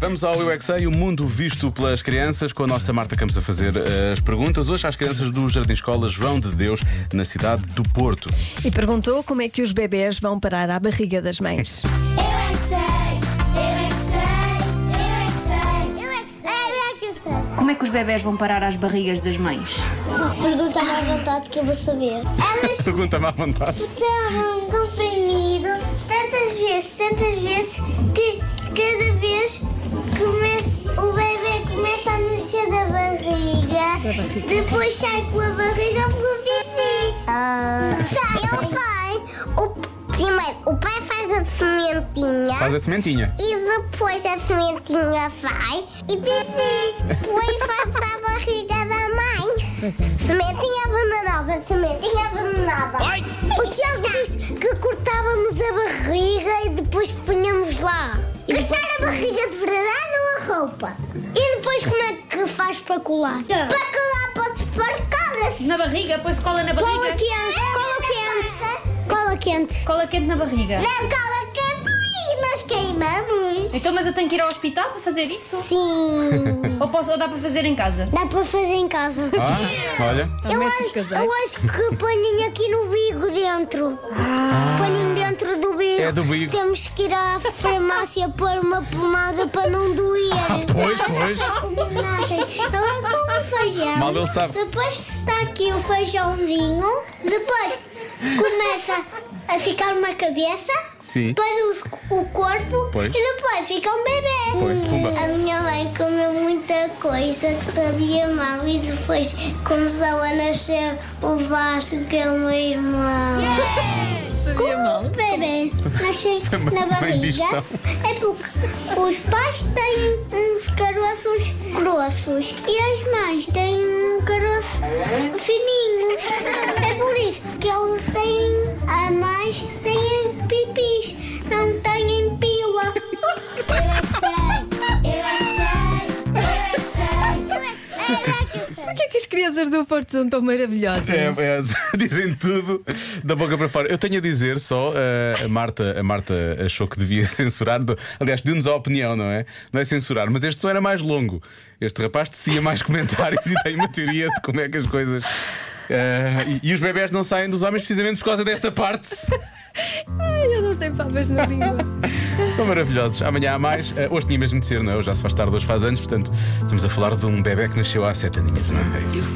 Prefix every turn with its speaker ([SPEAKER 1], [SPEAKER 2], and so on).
[SPEAKER 1] Vamos ao Eu é Que Sei, o mundo visto pelas crianças, com a nossa Marta Campos a fazer eh, as perguntas. Hoje às crianças do Jardim Escola João de Deus, na cidade do Porto.
[SPEAKER 2] E perguntou como é que os bebés vão parar à barriga das mães.
[SPEAKER 3] Eu é que sei, eu é que sei, eu é que sei, eu é que sei, eu é que sei.
[SPEAKER 4] Como é que os bebés vão parar às barrigas das mães?
[SPEAKER 3] Pergunta à vontade que eu vou saber. Elas
[SPEAKER 1] Pergunta-me à vontade.
[SPEAKER 3] estavam comprimido um tantas vezes, tantas vezes, que cada vez começa, o bebê começa a nascer da barriga, depois sai pela barriga pelo vivi. Sai, ele sai. O, primeiro, o pai faz a sementinha.
[SPEAKER 1] Faz a sementinha.
[SPEAKER 3] E depois a sementinha sai e bebê. Depois faz a barriga da mãe. Sementinha venenosa, sementinha venenosa. O Tiago disse que cortávamos a barriga e depois punhamos lá. Cortar a barriga de verdade ou a roupa? É. E depois como é que faz para colar? Para colar podes pôr cola-se.
[SPEAKER 4] Na barriga, põe-se cola na
[SPEAKER 3] Cola
[SPEAKER 4] barriga.
[SPEAKER 3] quente. Cola quente. Cola quente.
[SPEAKER 4] Cola quente na barriga.
[SPEAKER 3] Não, cola quente e nós queimamos.
[SPEAKER 4] Então, mas eu tenho que ir ao hospital para fazer isso?
[SPEAKER 3] Sim.
[SPEAKER 4] Ou, posso, ou dá para fazer em casa?
[SPEAKER 3] Dá para fazer em casa.
[SPEAKER 1] Ah, olha.
[SPEAKER 3] Eu,
[SPEAKER 2] Mete o
[SPEAKER 3] acho,
[SPEAKER 2] casaco.
[SPEAKER 3] eu acho que ponho aqui no bigo dentro. Ponho dentro do bigo.
[SPEAKER 1] É do bigo.
[SPEAKER 3] Temos que ir à farmácia pôr uma pomada para não doer. Ah,
[SPEAKER 1] pois, pois.
[SPEAKER 3] Ela come feijão.
[SPEAKER 1] Mal ele sabe.
[SPEAKER 3] Depois está aqui o feijãozinho. Depois começa a ficar uma cabeça.
[SPEAKER 1] Sim.
[SPEAKER 3] Depois o, o corpo.
[SPEAKER 1] Pois.
[SPEAKER 3] E depois fica um bebê.
[SPEAKER 1] Pois, pumba.
[SPEAKER 3] A minha mãe comeu muita coisa que sabia mal e depois começou a nascer o Vasco, que é o meu irmão.
[SPEAKER 2] Sabia mal?
[SPEAKER 3] O bebê nasce
[SPEAKER 1] uma
[SPEAKER 3] na barriga
[SPEAKER 1] bendita.
[SPEAKER 3] é porque os pais têm uns caroços grossos e as mães têm um caroço fininhos. É por isso que eles têm, as mães têm pipis, não têm pila. Eu é que sei, eu é que sei, eu é que sei, eu é que sei.
[SPEAKER 2] Porquê que as crianças do Porto são tão maravilhosas?
[SPEAKER 1] É, é, dizem tudo da boca para fora. Eu tenho a dizer só, eh, a, Marta, a Marta achou que devia censurar. do- aliás, deu-nos a opinião, não é? Não é censurar, mas este só era mais longo. Este rapaz tecia mais comentários e tem uma teoria de como é que as coisas. eh, e, e os bebés não saem dos homens precisamente por causa desta parte.
[SPEAKER 2] Ai, eu não tenho papas na língua.
[SPEAKER 1] São maravilhosos. Amanhã há mais. Eh, hoje tinha mesmo de ser, não é? Hoje já se faz tarde, hoje faz anos, portanto, estamos a falar de um bebé que nasceu há sete aninhos. não é? É isso.